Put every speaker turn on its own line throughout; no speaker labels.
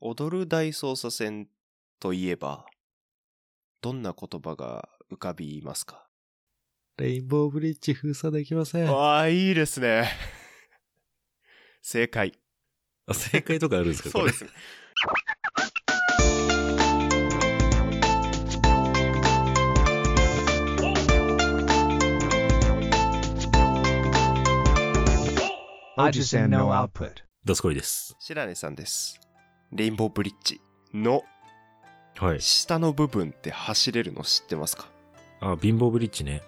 踊る大捜査線といえば、どんな言葉が浮かびますか
レインボーブリッジ封鎖できません。
わあ、いいですね。正解。
あ正解とかあるんですかこ
そう
れ
ですね。
Ajisen no output.
ダスコリです。
白根さんです。レインボーブリッジの
はい。
下の部分って走れるの知ってますか
あ、貧乏ブリッジね。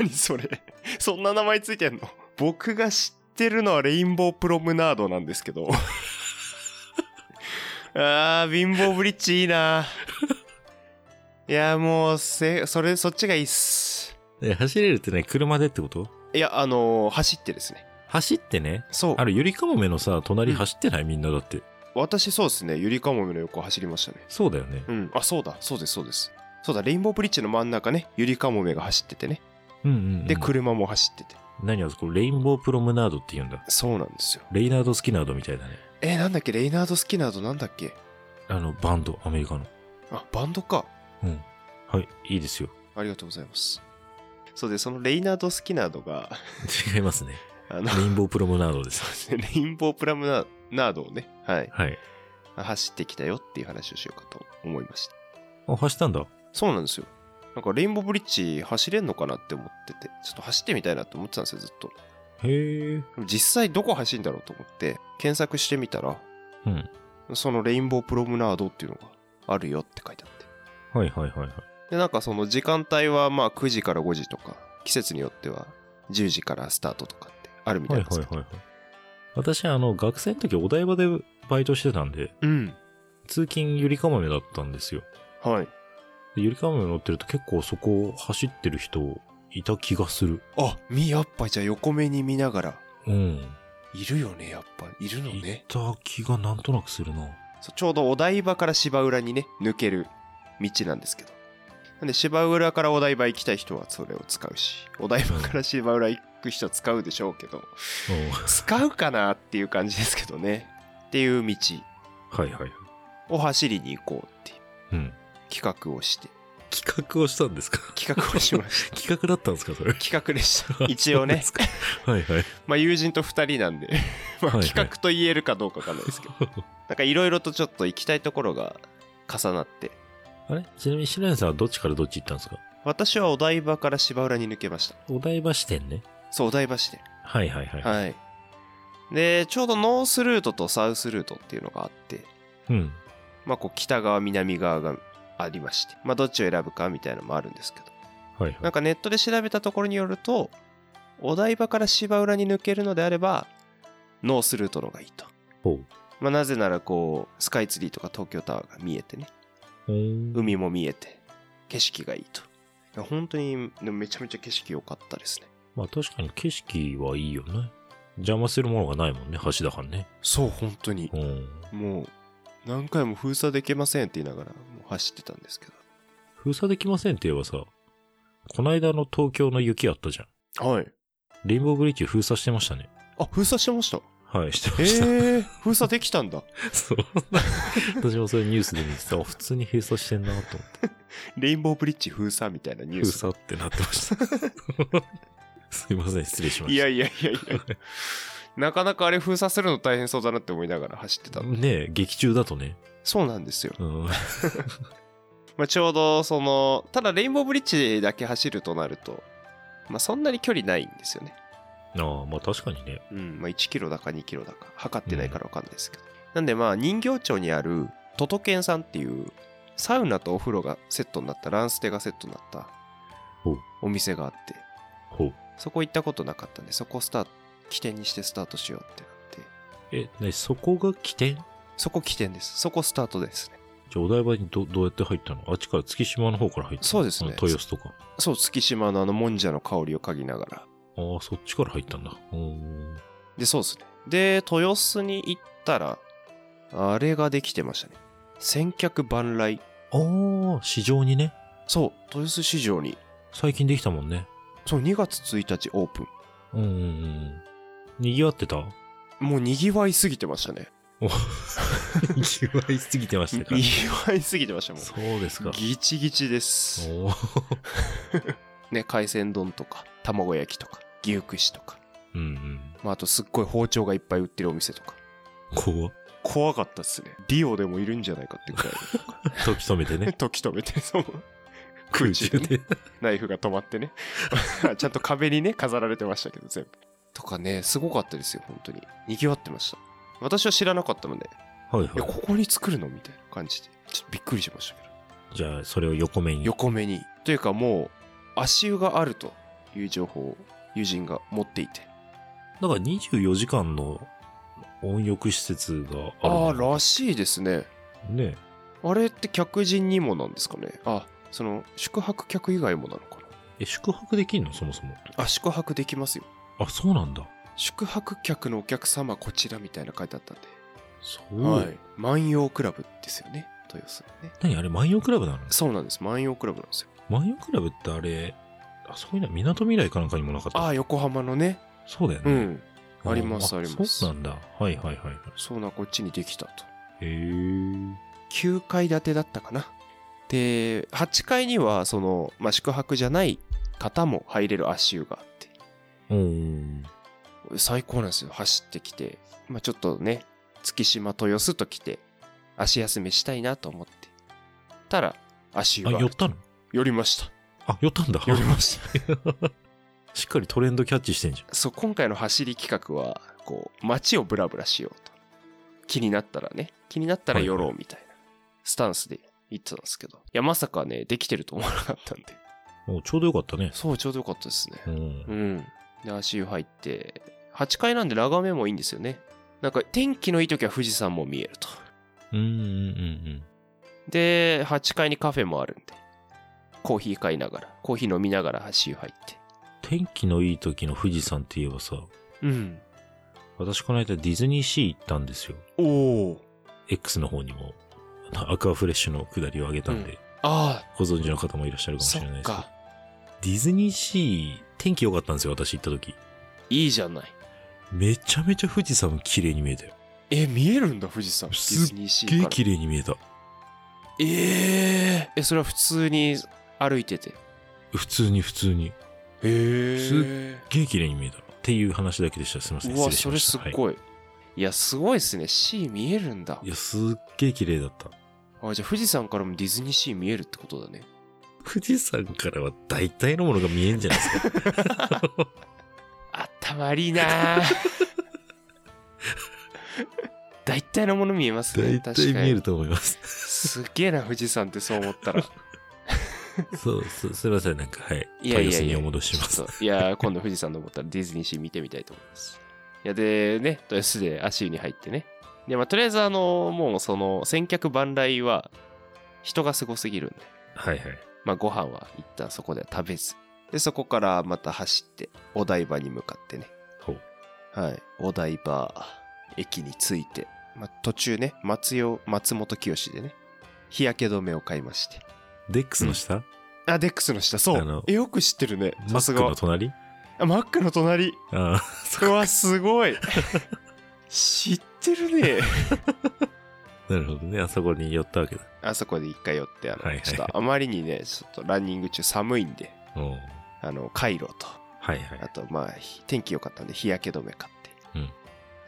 何それ そんな名前ついてんの 僕が知ってるのはレインボープロムナードなんですけど。 あー、貧乏ブリッジいいな。いや、もう、せ、それ、そっちがいいっす。
え走れるってね、車でってこと
いや、あのー走ってですね。
走ってね。
そう。
あれ、ゆりかもめのさ、隣
うん
走ってない、みんなだって。
私そうですねゆりかもめの横走りましたね
そうだよね
う。んあそうだそうですそうですそうだレインボーブリッジの真ん中ねゆりかもめが走っててね
うんうん、うん。
で、車も走ってて
何あそこ、レインボープロムナードって言うんだ。
そうなんですよ
レイナード・スキナードみたいだね。
えー、なんだっけレイナード・スキナードなんだっけ
あの、バンド、アメリカの。
あバンドか
うん。はい、いいですよ。
ありがとうございますそうでそのレイナード・スキナードが
違いますね。
あの
レインボープロムナードです。
レインボープラムナナードをねはい
はい。
走ってきたよっていう話をしようかと思いました
あ、走ったんだ。
そうなんですよなんかレインボーブリッジ走れんのかなって思っててちょっと走ってみたいなって思ってたんですよずっと
へえ。
でも実際どこ走るんだろうと思って検索してみたら
うん。
そのレインボープロムナードっていうのがあるよって書いてあって
はいはいはいはい。
でなんかその時間帯はまあ9時から5時とか季節によっては10時からスタートとかってあるみたい
はい
なんで
はい
す
は
け
い
ど、
はい。私、あの、学生の時お台場でバイトしてたんで、
うん
通勤ゆりかもめだったんですよ。
はい
でゆりかもめ乗ってると結構そこを走ってる人いた気がする。
あみやっぱじゃあ横目に見ながら
うん。
いるよねやっぱいるの
い
ね
た気がなんとなくするな。
そうちょうどお台場から芝浦にね抜ける道なんですけどなんで芝浦からお台場行きたい人はそれを使うしお台場から芝浦行く人は使うでしょうけ ど使うかなっていう感じですけどねっていう道
うん。はいはい。
を走りに行こうっていう
うん。
企画をして
企画をしたんですか
企画をしました
企画だったんですかそれ。
企画で した一応
そう
ね
ですか。 はいはい。
まあ友人と2人なんで まあ
はいはい
企画と言えるかどうかわかんないです けどなんかいろいろとちょっと行きたいところが重なって
あれちなみに白根さんはどっちからどっち行ったんですか
私はお台場から芝浦に抜けました
お台場支店ね。
そうお台場市で
はいはいはい。
はいでちょうどノースルートとサウスルートっていうのがあって
うん。
まあこう北側南側がありましてまあどっちを選ぶかみたいなのもあるんですけど
はい
な
は
んかネットで調べたところによるとお台場から芝浦に抜けるのであればノースルートのがいいと、
い。ほう。
まあ、なぜならこうスカイツリーとか東京タワーが見えてね
うーん
海も見えて景色がいいといや本当にでもめちゃめちゃ景色良かったですね
まあ確かに景色はいいよね。邪魔するものがないもんね、橋だからね。
そう本当に
うん。
もう何回も封鎖できませんって言いながらもう走ってたんですけ
封鎖できませんって言えばさ、こないだの東京の雪あったじゃん。
どはい
レインボーブリッジ封鎖してましたね。
あ封鎖してました
はい、してました。
えー、 封鎖できたんだ
そう。私もそれニュースで見てた。あ普通に閉鎖してんなと思って。
レインボーブリッジ封鎖みたいなニュー
封
ス
鎖ってなってました。 すいません、失礼しました。
いやいやいやいや。なかなかあれ封鎖するの大変そうだなって思いながら走ってたの。
ねえ、劇中だとね。
そうなんですよ。
うん。
まあ、ちょうどその、ただレインボーブリッジだけ走るとなると、まあ、そんなに距離ないんですよね。
ああ、まあ確かにね。
うん。まあ、1キロだか2キロだか、測ってないからわかんないですけど。なんでまあ、人形町にある、トトケンさんっていう、サウナとお風呂がセットになった、ランステがセットになった
ほう
お店があって、
ほう。
そこ行ったことなかったんで、そこスタート、起点にしてスタートしようってなって、
え、ね、そこが起点
そこ起点です。そこスタートですね。
じゃあお台場にどどうやって入ったのあっちから月島の方から入ったの
そうですね
あの豊洲とか。
そう、月島のあの、もんじゃの香りを嗅ぎながら。
ああ、そっちから入ったんだ。うーん。
で、そうですね。で、豊洲に行ったら、あれができてましたね。千客万来。
ああ、市場にね。
そう、豊洲市場に、
最近できたもんね。
そう、2月1日オープン。
うんうんうん。賑わってた
もう賑わいすぎてましたね。
にぎわいすぎてましたか
にぎわいすぎてましたも
そうですか
ん。ギチギチです。
おー
ね、海鮮丼とか、卵焼きとか、牛串とか、
うんうん
まあ、あとすっごい包丁がいっぱい売ってるお店とか。
怖っ
怖かったっすね。ディオでもいるんじゃないかってくらい。
時止めて ね
時止めて、そう。空中で、ナイフが止まってね。 ちゃんと壁にね、飾られてましたけど、全部。とかね、すごかったですよ、本当に。賑わってました。私は知らなかったので、
は
い
い
や、
は
ここに作るのみたいな感じで。ちょっとびっくりしましたけど。
いじゃあそれを横目に
横目に。というかもう、足湯があるという情報を友人が持っていて。
だから24時間の温浴施設がある
ああ、
の
らしいですね。
ね
あれって客人にもなんですかね。あ、その、宿泊客以外もなのか
え宿泊できんのそもそも
な。あ、宿泊できますよ。
あそうなんだ
宿泊客のお客様こちらみたいな書いてあったんで、
そう、
はい、万葉クラブですよね豊洲のね
何あれ万葉クラブなの
そうなんです万葉クラブなんですよ
万葉クラブってあれあそこには港未来かなんかにもなかった
ああ横浜のね
そうだよ
う
ね、
んありますあります
そうなんだはいはいはい
そうなこっちにできたと
へえ
9階建てだったかなで8階にはその、まあ、宿泊じゃない方も入れる足湯があって
うん
最高なんですよ走ってきて、まあ、ちょっとね月島豊洲と来て足休めしたいなと思ってたら足湯
あ
があ
寄
る
ったの
寄りました
あ寄ったんだ
寄りました
しっかりトレンドキャッチしてんじ
そう今回の走り企画はこう街をブラブラしようと気になったらね気になったら寄ろうみたいなスタンスで行ってたんですけどいやまさかねできてると思わなかったんで
ゃんおちょうどよかったね
そうちょうどよかったですね
うん
うんで足湯入って8階なんで眺めもいいんですよねなんか天気のいい時は富士山も見えると
うんうん
で8階にカフェもあるんでコーヒー買いながらコーヒー飲みながら足湯入って
天気のいい時の富士山って言えばさ
うん
私この間ディズニーシー行ったんですよ
おお
X の方にも あのアクアフレッシュの下りを上げたんで、
あ
ご存知の方もいらっしゃ
あ
るかも
そ
しれないで
っ
すけど
か
ディズニーシー天気良かったんですよ私行った時
いいじゃない
めちゃめちゃ富士山綺麗に見えたよ
え見えるんだ富士山デ
す
ィ
っ
ズニーシ
すっげ
ー
え
から
綺麗に見えた
えええそれは普通に歩いてて
普通に普通に
へえ
すっげえ綺麗に見えたっていう話だけでしたすいません
うわ
失
そ
礼
れ
し
す
ました
っごい、い、やすごいですねシー見えるんだ
はい、いやすっげえ綺麗だった
あじゃあ富士山からもディズニーシー見えるってことだね
富士山からは大体のものが見えんじゃないですか
頭悪いなあ 大体のもの見えますね 確
大体
か
見え
に
ると思 います
すげえな富士山ってそう思ったら
そうそうすいませんなんかはい
いやいやいや
豊洲にお戻しします
ちょっといや今度富士山登ったらディズニーシー見てみたいと思いますいやでね豊洲で足湯に入ってねでまあとりあえずあのもうその千客万来は人がすごすぎるんで
はいはい
まあご飯は一旦そこでは食べずでそこからまた走ってお台場に向かってね
ほう
はいお台場駅に着いて、まあ、途中ね松代松本清でね日焼け止めを買いまして
デックスの下、
あデックスの下そ
あ
う
の
えよく知ってるね
マ
さす
ック
が
の隣
あマックの隣
ああ
うわすご い知ってるね
なるほどね。あそこに寄ったわけだ。
あそこで一回寄ってあの、
はいはい
ちょっとあまりにねちょっとランニング中寒いんで
おう
あのカイロと
はいは
あ
い。
とまあひ天気良かったんで日焼け止め買って、
うん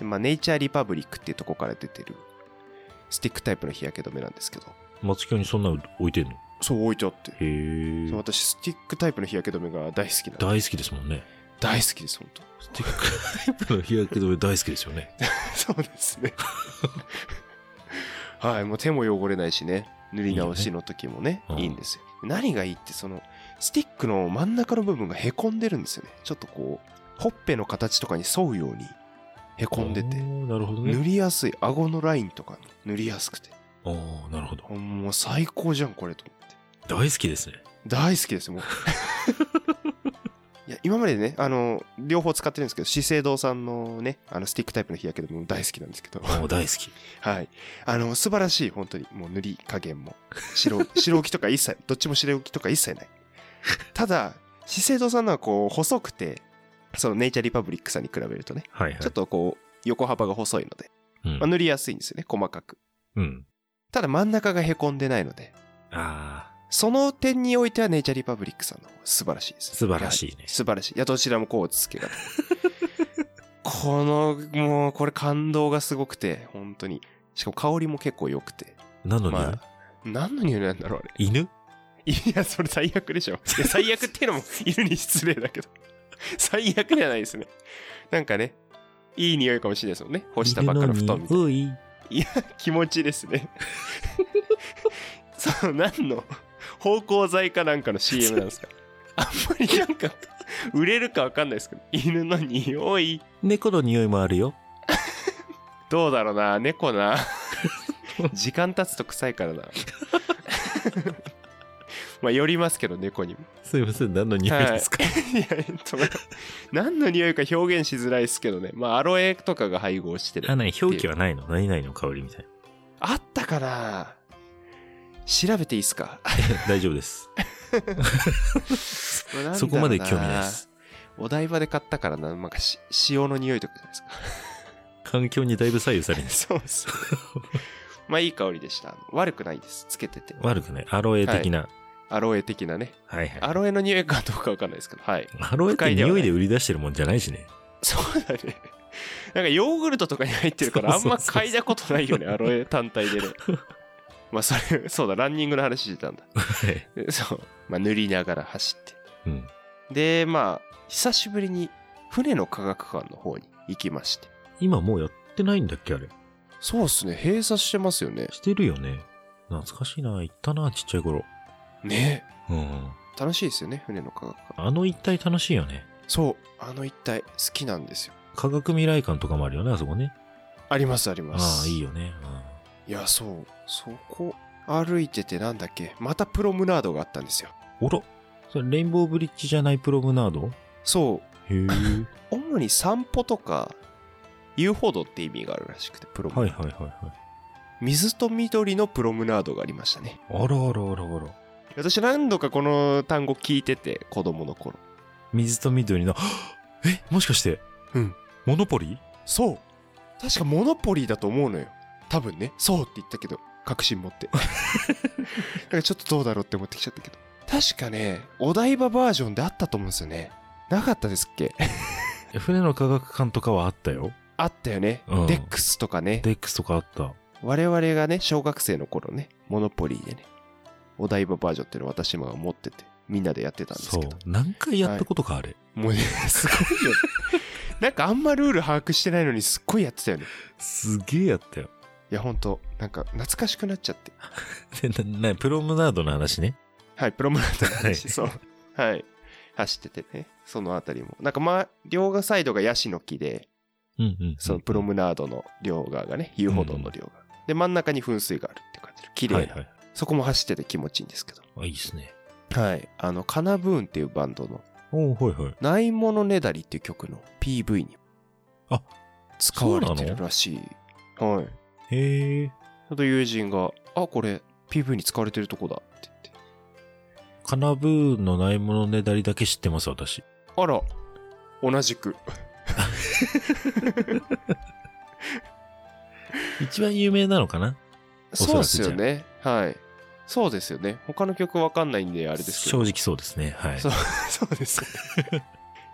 でまあ、ネイチャーリパブリックっていうとこから出てるスティックタイプの日焼け止めなんですけど
松木にそんなの置いてんの
そう置いてあって
へ
そう
え。
私スティックタイプの日焼け止めが大好きなんで
大好きですもんね。
大好きです本当
スティックタイプの日焼け止め大好きです よね。
そうですね はいもう手も汚れないしね塗り直しの時もね
いいよねう
い
ん
いんですよ何がいいってそのスティックの真ん中の部分がへこんでるんですよねちょっとこうほっぺの形とかに沿うようにへこんでて
おーなるほどね。
塗りやすい顎のラインとか塗りやすくて
ああ、なるほど。
もう最高じゃんこれと思って
大好きですね。
大好きです もういや今までねあの両方使ってるんですけど資生堂さんのねあのスティックタイプの日焼け止めも大好きなんですけど
ああ、大好き。
はいあの素晴らしい本当にもう塗り加減も白 白浮きとか一切どっちも白浮きとか一切ないただ資生堂さんのはこう細くてそのネイチャーリパブリックさんに比べるとね
はいはい。
ちょっとこう横幅が細いので
うん
まあ、塗りやすいんですよね、細かく。
うん。
ただ真ん中がへこんでないので、
ああ、
その点においてはネイチャーリパブリックさんの方が素晴らしいです。
素晴らしいね
は素晴らしい。いや、どちらもこうつけ方。この、もう、これ感動がすごくて、本当に。しかも香りも結構良くて。
なのに、
まあ、何の匂いなんだろう、あれ。
犬
いや、それ最悪で しょ。いや最悪っていうのも犬に失礼だけど。 最悪じゃないですね。なんかね、いい匂いかもしれないですもんね。干したばっかの布団みたいな。
犬の匂い
気持ちいいですね。 その何の芳香剤かなんかの CM なん ですかあんまりなんか売れるかわかんないですけど、犬の匂い、
猫の匂いもあるよ。
どうだろうな、猫 な。時間経つと臭いからな。まあ、寄りますけど、猫にも。
すいません、何の匂いです か、
いや、えっと、何の匂いか表現しづらいですけどね。まあ、アロエとかが配合してる
あ、。ない、表記はないの 何々の香りみたい
あったかな調べていいっす か
な。大丈夫です。そこまで興味ないです。。
なんだろうお台場で買ったからな、なんかし塩の匂いとかじゃないですか。
環境にだいぶ左右されます。
そうっすね。 まあ、いい香りでした。悪くないです。つけてて。
悪くない。アロエ的な。
アロエ的なね。
はい、はい、
アロエの匂いかどうかわかんないですけど。はい。
アロエっ
不快
て
ではない
匂いで売り出してるもんじゃないしね。
そうだね。なんかヨーグルトとかに入ってるからあ
そうんそうそう
ま嗅いだことないよね、アロエ単体 でね。まあそれ、そうだ、ランニングの話してたんだ。
はい。
でそう。まあ塗りながら走っ
うん。
て。で、まあ、久しぶりに船の科学館の方に行きまして。
今もうやってないんだっけあれ。
そうっすね、閉鎖してますよね。
してるよね。懐かしいな。行ったな、ちっちゃい頃。
ね
うん。
楽しいですよね、船の科学館。
あの一帯楽しいよね。
そう、あの一帯、好きなんですよ。
科学未来館とかもあるよね、あそこね。
あります、あります。
ああ、いい
よ。
よね。うん
いや、そう、そこ、歩いててなんだっけ、またプロムナードがあったんですよ。
おらそれレインボーブリッジじゃないプロムナード
そう、
へ え。
主に散歩とか遊歩道って意味があるらしくてプロム、
はいはいはいは
水と緑のプロムナードがありましたね
い。あらあらあらあら。
私何度かこの単語聞いてて子供の頃
水と緑 の、はっえ、もしかして、
うん。
モノポリ
そう確かモノポリーだと思うのよ多分ねそうって言ったけど確信持って だからちょっとどうだろうって思ってきちゃったけど確かねお台場バージョンであったと思うんですよねなかったですっけ
船の科学館とかはあったよ。
あったよね、
うん
デックスとかね
デックスとかあった。
我々がね、小学生の頃ね、モノポリーでね、お台場バージョンっていうのを私も持ってて、みんなでやってたんです
そう
けど。。
何回やったことか、あれ。
もうね、すごいよね。 なんかあんまルール把握してないのにすっごいやってたよね。
すげえやったよ。
いや、ほんと、なんか懐かしくなっちゃって。
で、な、な、プロムナードの話ね。
はい、プロムナードの話、
はい
そう。はい。走っててね、そのあたりも。なんかまあ、両側サイドがヤシの木で、
うんうん。
そのプロムナードの両側がね、遊歩道の両側。で、真ん中に噴水があるって感じで、綺麗な、
はいはい。
そこも走ってて気持ちいいんですけど。
あ、いいですね。
はい。あの、カナブーンっていうバンドの、
おおはいはい。
ないものねだりっていう曲の PV に
あ
使われて
そうな
る
の
らしい。はい。
へえ。
あと友人が、あ、これ PV に使われてるとこだって言って。
カナブーンのないものねだりだけ知ってます、私。
あら、同じく。
一番有名なのかなそら
そう
く
ですよね。はい。そうですよね。他の曲わかんないんで、あ
あ
れですけ
正
ど。
直そうですね。はい
そ。う そうです。 い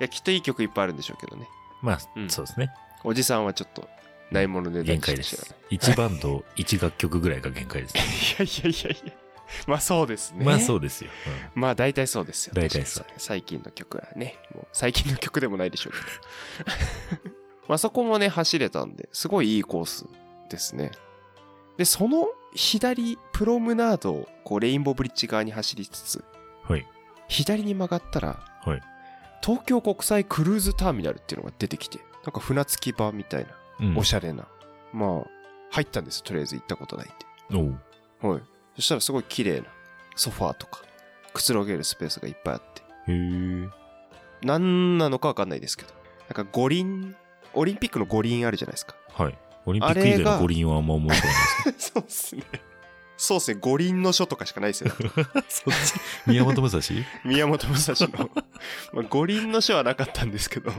や、きっといい曲いっぱいあるんでしょうけどね。
まあ、
うん
そうですね。
おじさんはちょっと、ないものねだり
限
し
界
か
で
知らない
す。。1バンド、1楽曲ぐらいが限界です。
いやいやいやいや。まあそうですね。
まあそうですよ。うん
まあ大体そうですよ。
大体そう
確かに最近の曲はね、もう最近の曲でもないでしょうけど。 まあそこもね、走れたんで、すごいいいコースですね。で、その左、プロムナードをこうレインボーブリッジ側に走りつつ、
はい。
左に曲がったら、
はい
東京国際クルーズターミナルっていうのが出てきて、なんか船着き場みたいな、
うん
おしゃれな。まあ、入ったんですよとりあえず行ったことないんで。
おう
はい。そしたらすごい綺麗なソファーとか、くつろげるスペースがいっぱいあって。
へえ。
何なのかわかんないですけど。なんか五輪、オリンピックの五輪あるじゃないですか。
はい。オリンピック以外
あれ
の
が
五輪はあんま思うこと ない
そうっすね。そうっすね。五輪の書とかしかないです よ。
です。そっち。宮本武蔵
宮本武蔵の。まあ、五輪の書はなかったんですけど、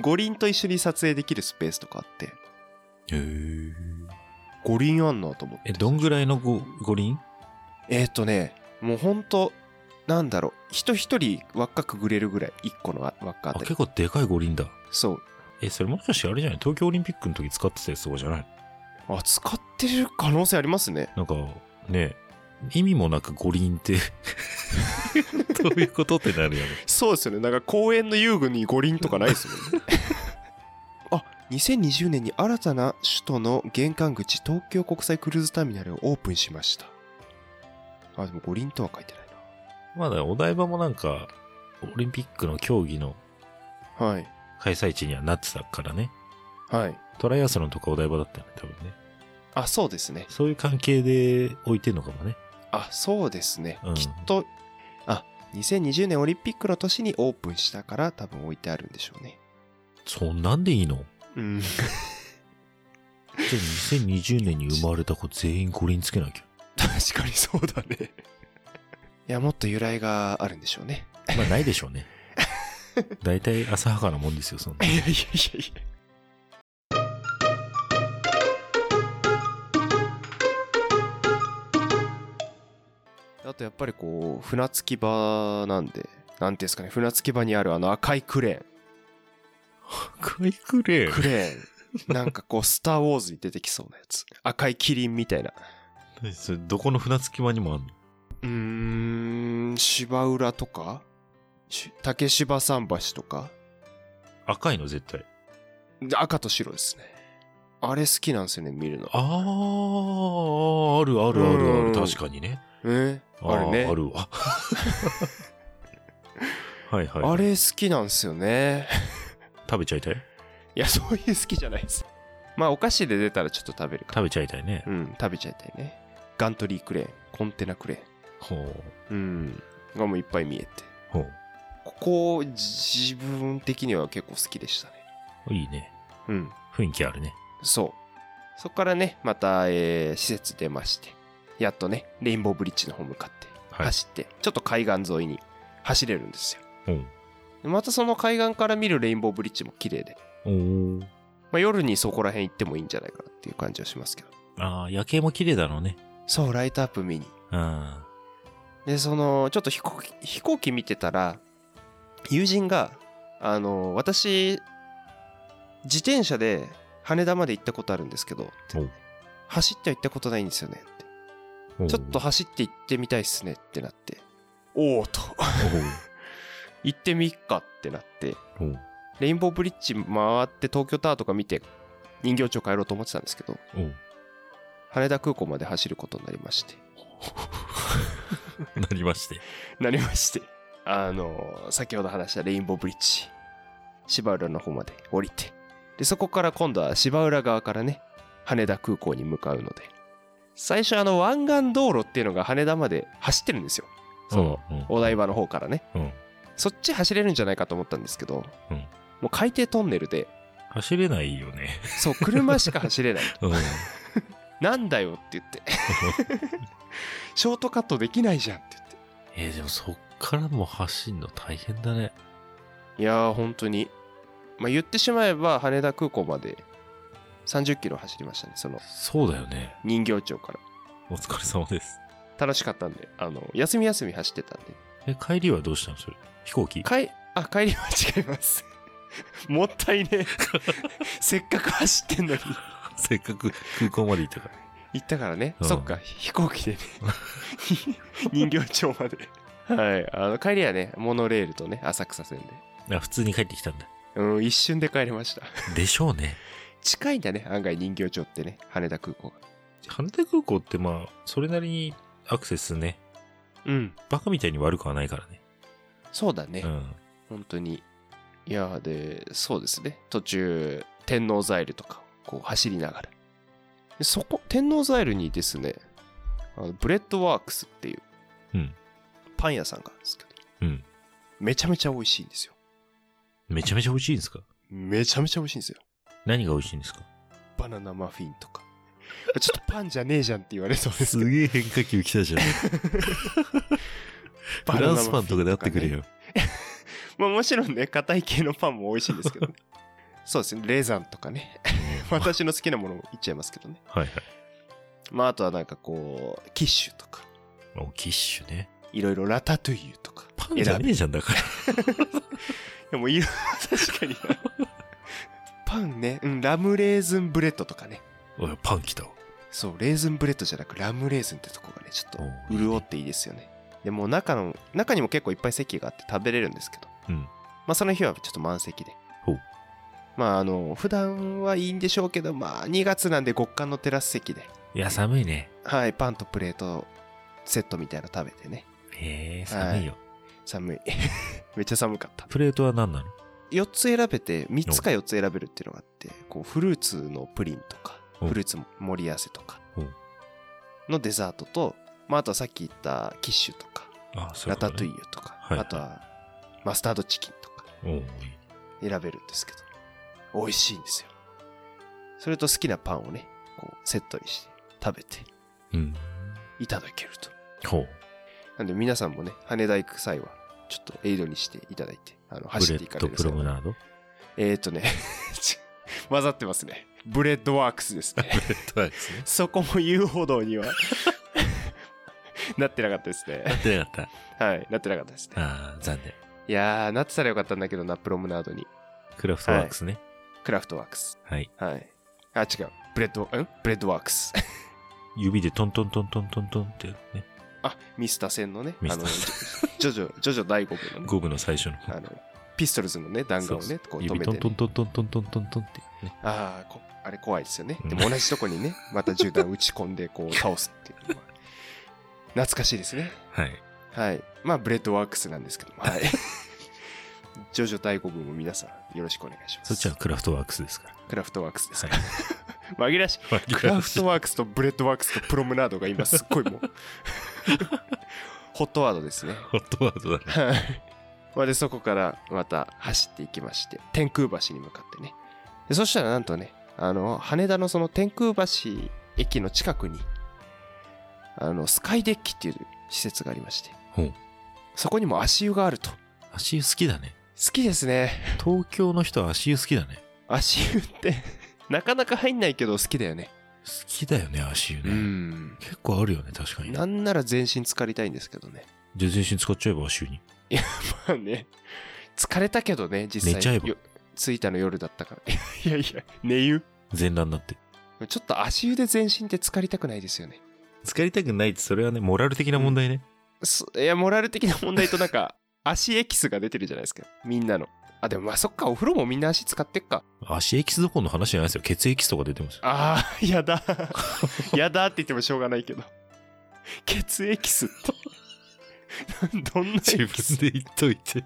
五輪と一緒に撮影できるスペースとかあって、
へえ。
五輪あんなと思って
え、どんぐらいのご五輪
えーっとねもうほんとなんだろう人一人輪っかくぐれるぐらい1個の輪っかあ
あ、
た
結
り
構でかい五輪だ。
そう
え、それもしかしてあれじゃない東京オリンピックの時使ってたやつとかじゃない
あ使ってる可能性ありますね
なんか、ね意味もなく五輪って、 どういうことってなるよね。
そうですよねなんか公園の遊具に五輪とかないですもんね あ2020年に新たな首都の玄関口東京国際クルーズターミナルをオープンしましたあでも五輪とは書いてない
まだお台場もなんか、オリンピックの競技の
なはい
開催地にはなってたからね。
はい
トライアスロンとかお台場だったよね、多分ね。
あそうですね
そういう関係で置いてんのかもね。
あそうですね、
うん
きっとあ2020年オリンピックの年にオープンしたから多分置いてあるんでしょうね
そんなんでいいの
うん
じゃあ2020年に生まれた子全員五輪つけなきゃ。
確かにそうだ ねいやもっと由来があるんでしょうね
まあないでしょ うね。大体浅はかなもんですよ、そんな。
いやいやいやいやあとやっぱりこう船着き場なんでなんていうんですかね船着き場にあるあの赤いクレーン
かいくれ
クレーン。なんかこう、スター・ウォーズに出てきそうなやつ。赤いキリンみたいな。
それどこの船着き場にもあんの
うーん、芝浦とかし竹芝桟橋とか
赤いの絶対。
で赤と白ですね。あれ好きなんですよね、見るの。
あー、あるあるあるあ
うん
る。確かにね。
えあれね
ーある わ。はいはい。
あれ好きなんですよね。
食べちゃいたい
いや、そういう好きじゃないです。まあ、お菓子で出たらちょっと食べるか
食べちゃいたいね。
ら。うん、食べちゃいたいね。ガントリークレーン、コンテナクレ
ほう。
ーン。うん。がもういっぱい見えて。
ほ
ここ、自分的には結構好きでしたね。
う。いいね。
うん。
雰囲気あるね。
そう。そこからね、また、えー施設出まして、やっとね、レインボーブリッジの方向かって、
はい
走って、ちょっと海岸沿いに走れるんですよ。
うん。
でまたその海岸から見るレインボーブリッジも綺麗で、
おー。
まあ、夜にそこら辺行ってもいいんじゃないかなっていう感じはしますけど。
あー、夜景も綺麗だろうね。
そう、ライトアップ見に。
うん。
で、その、ちょっと飛行機、飛行機見てたら、友人が、あの、私、自転車で羽田まで行ったことあるんですけど、って
おう
走っては行ったことないんですよねって。ちょっと走って行ってみたいっすねってなって、おおと、行ってみっかってなって、
おう
レインボーブリッジ回って東京タワーとか見て、人形町帰ろうと思ってたんですけど、
お う
羽田空港まで走ることになりまして、
なりまして。
なりまして、あのー先ほど話したレインボーブリッジ、芝浦の方まで降りて、で、そこから今度は芝浦側からね、羽田空港に向かうので、最初あの湾岸道路っていうのが羽田まで走ってるんですよ。その、
うん、うん
お台場の方からね、
うん
そっち走れるんじゃないかと思ったんですけど、
うん
もう海底トンネルで
走れないよね。
そう車しか走れない
うん。
なんだよって言 ってショートカットできないじゃんって言って
えーでもそっからもう走んの大変だね。
いやー本当にまあ言ってしまえば羽田空港まで30キロ走りましたねその
そうだよね。
人形町から
お疲れ様です。
楽しかったんであの休み休み走ってたんで
え、帰りはどうしたのそれ飛行機
帰あ帰りは違います もったいねえ せっかく走ってんのに
せっかく空港まで行ったから。
行ったからね、
うん
そっか飛行機でね 人形町まではいあの帰りはねモノレールとね浅草線で
あ普通に帰ってきたんだ。
うん一瞬で帰れました
でしょうね。
近いんだね案外人形町ってね羽田空港が
羽田空港ってまあ、それなりにアクセスね、
うん
バカみたいに悪くはないからね。
そうだね、
うん。
本当にいやーでそうですね途中天王ザイルとかをこう走りながらでそこ天王ザイルにですねあのブレッドワークスっていう
うん
パン屋さんがあるんですけど
うん。
めちゃめちゃ美味しいんですよ
めちゃめちゃ美味しいんですか
めちゃめちゃ美味しいんですよ
何が美味しいんですか
バナナマフィンとか。ちょっとパンじゃねえじゃんって言われそうですけど。
げえ変化球来たじ ゃん。
バナナマフィンね。
よ。
まあもちろんね、硬い系のパンも美味しいんですけどね。そうですね、レザンとかね。私の好きなものも言っちゃいますけどね。
はいはい。
まあ、あとはなんかこう、キッシュとか、
もうキッシュね。
いろいろラタトゥイユとか。
パンじゃねえじゃんだから。
でもいろ 確かにな。パンね、うん、ラムレーズンブレッドとかね。
おいパン来たわ。
そう、レーズンブレッドじゃなくラムレーズンってとこがね、ちょっと
おう
潤っていいですよね。でもう中の、中にも結構いっぱい席があって食べれるんですけど、
うん。
まあその日はちょっと満席で
ほう。
まああの、普段はいいんでしょうけど、まあ2月なんで極寒のテラス席で、
いや、寒いね。
はい、パンとプレートセットみたいなの食べてね、
えー、寒いよ。
寒い。 めっちゃ寒かった。
プレートは何なの
4つ選べて3つか4つ選べるっていうのがあってこうフルーツのプリンとか
うん
フルーツ盛り合わせとか
うん
のデザートと、まあ、あとはさっき言ったキッシュとか
あ、そ
ラタトゥイ
イ。
ユとか、
はいはい
あとはマスタードチキンとか
おういい
選べるんですけど美味しいんですよそれと好きなパンをねこうセットにして食べて
うん。
いただけると
ほう。
なんで皆さんもね羽田行く際はちょっとエイドにしていただいてあの
ブ
走
レ
っていか
ッ
れ
ド
る
プ
際
ロ
は
ム ナード
えー、とね、 ち混ざってますね。ブレッドワークスですね。
レッドアイスね。
そこも遊歩道には なってなかったです
や
ね。
ってなかっ
はい、なってなかったですね
た。。あー、残念。
いやー、なってたらよかったんだけどな、プロムナードに。
クラフトワークスね。
クラフトワークス。
はい。
はい。あ、違う。ブレッド、んブレッドワークス。
指でトントントントントントンってね。
あ、ミスター戦のね、あ
ミス
の、
タ
ジョジョ、ジョジョ第5部のね、
ゴムの最初の。
あの、ピストルズのね、弾
そ
丸
う
を
そう
ね、こう止
指
め
ト
てね、
ントントントントントントントンってね。
ああ、こあれ怖いですよね。
うん
でも同じとこにね、また銃弾打ち込んで、こう倒すっていうのは。懐かしいですね。
はい。
はい。まあ、ブレッドワークスなんですけども。はい。 ジョジョ第5部も皆さんよろしくお願いします。
そっちはクラフトワークスですから。
クラフトワークスです。
はい。
紛らわしい。クラフトワークスとブレッドワークスとプロムナードが今すっごいもう。 ホットワードですね。
ホットワードだね。
はい。 まあで、そこからまた走っていきまして、天空橋に向かってね。でそしたらなんとね、あの、羽田のその天空橋駅の近くに、あの、スカイデッキっていう施設がありまして、
ほう。
そこにも足湯があると。
足湯好きだね。
好きですね。
東京の人は足湯好きだね。
足湯って、 なかなか入んないけど好きだよね。
好きだよね、足湯ね。
ん。
結構あるよね、確かに。じ
な
ゃあ
んなら全身浸かりたいんですけどね。
全身使っちゃえば足湯に。
まあね、疲れたけどね、実際。
寝ちゃえば
よ着いたの夜だったから。 いやいや、寝湯
全裸になって。
ちょっと足湯で全身って浸かりたくないですよね。
使いたくないって、それはね、モラル的な問題ね。
そいや、モラル的な問題となん か、足エキスが出てるじゃないですか。みんなの。あ、でもまあそっか、お風呂もみんな足使ってっか。
足エキスどころの話じゃないですよ。血液スとか出てますよ。
ああ、やだ。 やだって言ってもしょうがないけど。血エキスって。 どんなエ
自
キス
分で言っといて。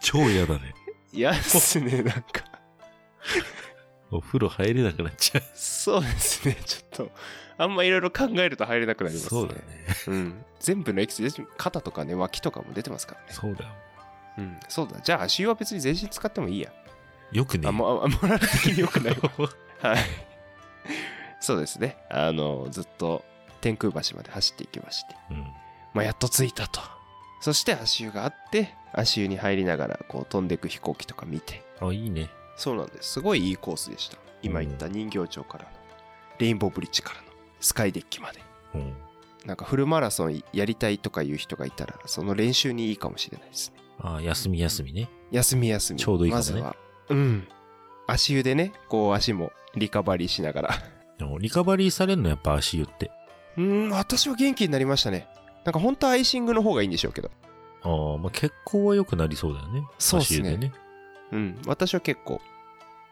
超嫌だね。
嫌ですね、なんか。
お風呂入れなくなっちゃう。
そうですね、ちょっと。あんまいろいろ考えると入れなくなりますね。
そうだね。
うん。全部のエキスです、肩とかね、脇とかも出てますからね。
そうだよ。
うん。そうだ。じゃあ足湯は別に全身使ってもいいや。
よくね。
あ、もうあモラル的に良く ないわ
は
はい。そうですね。あの、ずっと天空橋まで走っていきまして、
うん。
まあ、やっと着いたと。そして足湯があって、足湯に入りながらこう飛んでく飛行機とか見て。
あ、いいね。
そうなんです。すごいいいコースでした。今言った人形町からの、レインボーブリッジからの、スカイデッキまで。
うん。
なんかフルマラソンやりたいとかいう人がいたら、その練習にいいかもしれないですね。
あ、休み休みね。
休み休み。
ちょうどいいかも
ま
ね
ずは。うん。足湯でね、こう足もリカバリーしながら。
でもリカバリーされるのやっぱ足湯って。
うーん、私は元気になりましたね。なんか本当はアイシングの方がいいんでしょうけど。
ああ、まあ血行は良くなりそうだよね。
そうっすね
足湯でね。
うん、私は結構、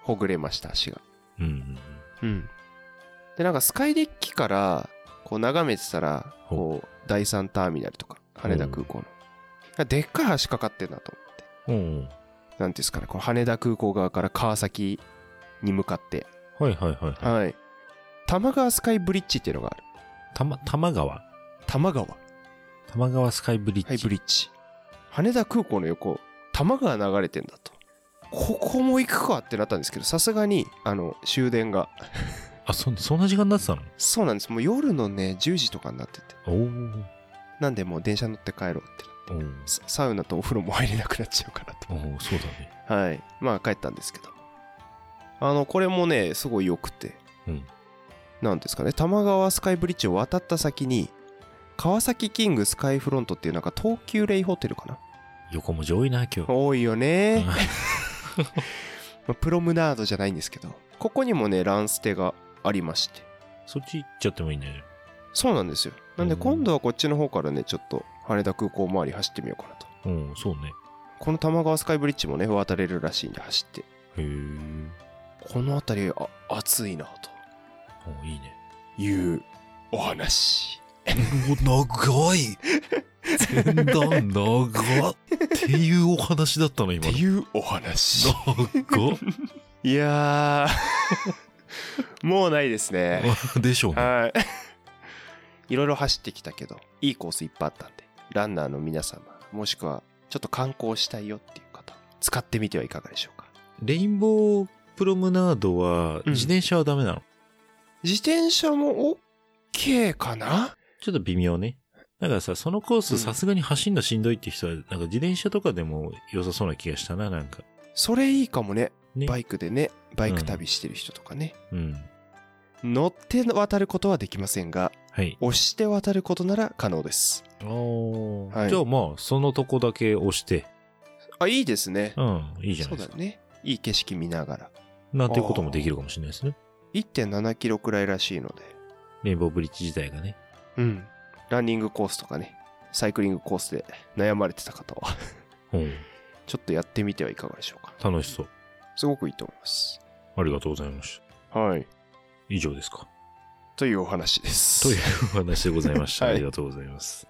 ほぐれました、足が。
うんうん
うん。で、なんかスカイデッキから、こう眺めてたら、こう、第三ターミナルとか、羽田空港の。でっかい橋かかってんなと。
うん。うんうん。
なんていうんですかね、こう羽田空港側から川崎に向かって、
はいはいはいはい。
はい。玉川スカイブリッジっていうのがある。
たま、玉川。
玉川
玉川スカイブリッジ。
ハイブリッジ。羽田空港の横、多摩川流れてんだと。ここも行くかってなったんですけど、さすがに、あの、終電が。
あ、そん、そんな時間になってたの
そうなんです。もう夜のね、10時とかになってて。
おー
なんでもう電車乗って帰ろうってなって
おー。
ササウナとお風呂も入れなくなっちゃうから
おーそうだね。
と。はい。まあ帰ったんですけど。あのこれもねすごい良くて、
うん
なんですかね多摩川スカイブリッジを渡った先に川崎キングスカイフロントっていうなんか東急レイホテルかな
横文字多いな、今日。
多いよね
うん
まあプロムナードじゃないんですけどここにもねランステがありまして
そっち行っちゃってもいいね。
そうなんですよなんで
うん
今度はこっちの方からねちょっと羽田空港周り走ってみようかなと
うん、そうね。
この多摩川スカイブリッジもね渡れるらしいんで走って
へえ。
この辺りあ暑いな
おいいね。
というお話
お長い前段長っっていうお話だったの、
っ
今
て
の。
いうお話
長っ
いやー もうないですね
でしょうね。
はいいろいろ走ってきたけどいいコースいっぱいあったんでランナーの皆様もしくはちょっと観光したいよっていう方使ってみてはいかがでしょうか
レインボープロムナードは、
うん
自転車はダメなの、
自転車も OK かな
ちょっと微妙ね。だからさ、そのコー
う
ス
ん
さすがに走んのしんどいって人は、なんか自転車とかでも良さそうな気がしたな、なんか。
それいいかもね
ね。
バイクでねバイク旅してる人とかね、
うん。
乗って渡ることはできませんが
はい。
押して渡ることなら可能です
お
はい
じゃあまあ、そのとこだけ押して。
あいいですね
うん、いいじゃ
そ
ないう
だ
ですか。
ねいい景色見ながら
なんていうこともできるかもしれないですね。
1.7キロくらいらしいので
レインボーブリッジ自体がね。
うんランニングコースとかねサイクリングコースで悩まれてた方は
うん。
ちょっとやってみてはいかがでしょうか
楽しそう。
すごくいいと思います
ありがとうございました。
はい
以上ですか。
というお話です
というお話でございました。
はい
ありがとうございます。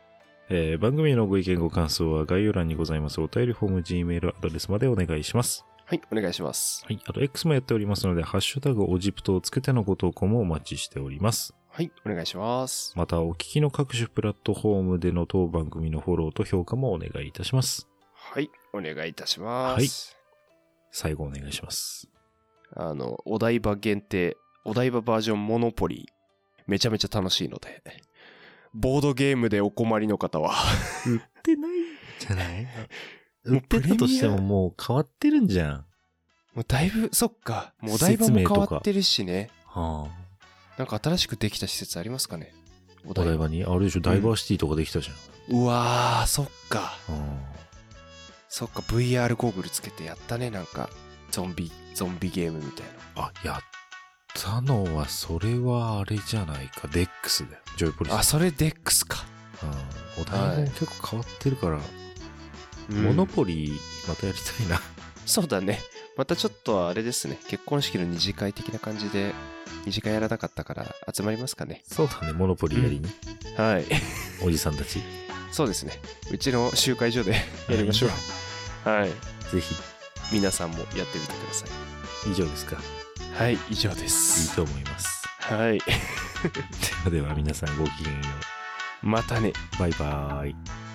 えー番組へのご意見ご感想は概要欄にございますお便りフォーム Gmail アドレスまでお願いします。
はいお願いします
はい。あと X もやっておりますので、ハッシュタグオジプトをつけてのご投稿もお待ちしております。
はいお願いします
またお聞きの各種プラットフォームでの当番組のフォローと評価もお願いいたします。
はいお願いいたします、
最後お願いします。
あのお台場限定お台場バージョンモノポリーめちゃめちゃ楽しいのでボードゲームでお困りの方は
売ってないじゃない
も
売
う
ってたとしてももう変わってるんじゃん。は
もうだいぶそっかもうお台場も
説明
変
とか
わってるしね
あ。
なんか新しくできた施設ありますかねお
お台場に、あれでしょ、ダイバーシティとかできたじ
うわーそっか
ゃん。うん。
そっか VR ゴーグルつけてやったねなんかゾンビゾンビゲームみたいな
あ、やったのは、それはあれじゃないか。デックスだよ。ジョイポリス。
あそれデックスか、
うん。お台場も結構変わってるから、モ
モノ
ノポリーまたやりたいな。
そうだねまたちょっとあれですね結婚式の二次会的な感じで二次会やらなかったから集まりますかね
そうだね、モノポリーやりに。
はい
おじさんたち。
そうですねうちの集会所でやりましょうはい
ぜひ。
皆さんもやってみてください
以上ですか。い
はい以上で
い
す
と思います。
はい
ではでは皆さんごきげんよ
またね
う。バイバーイ。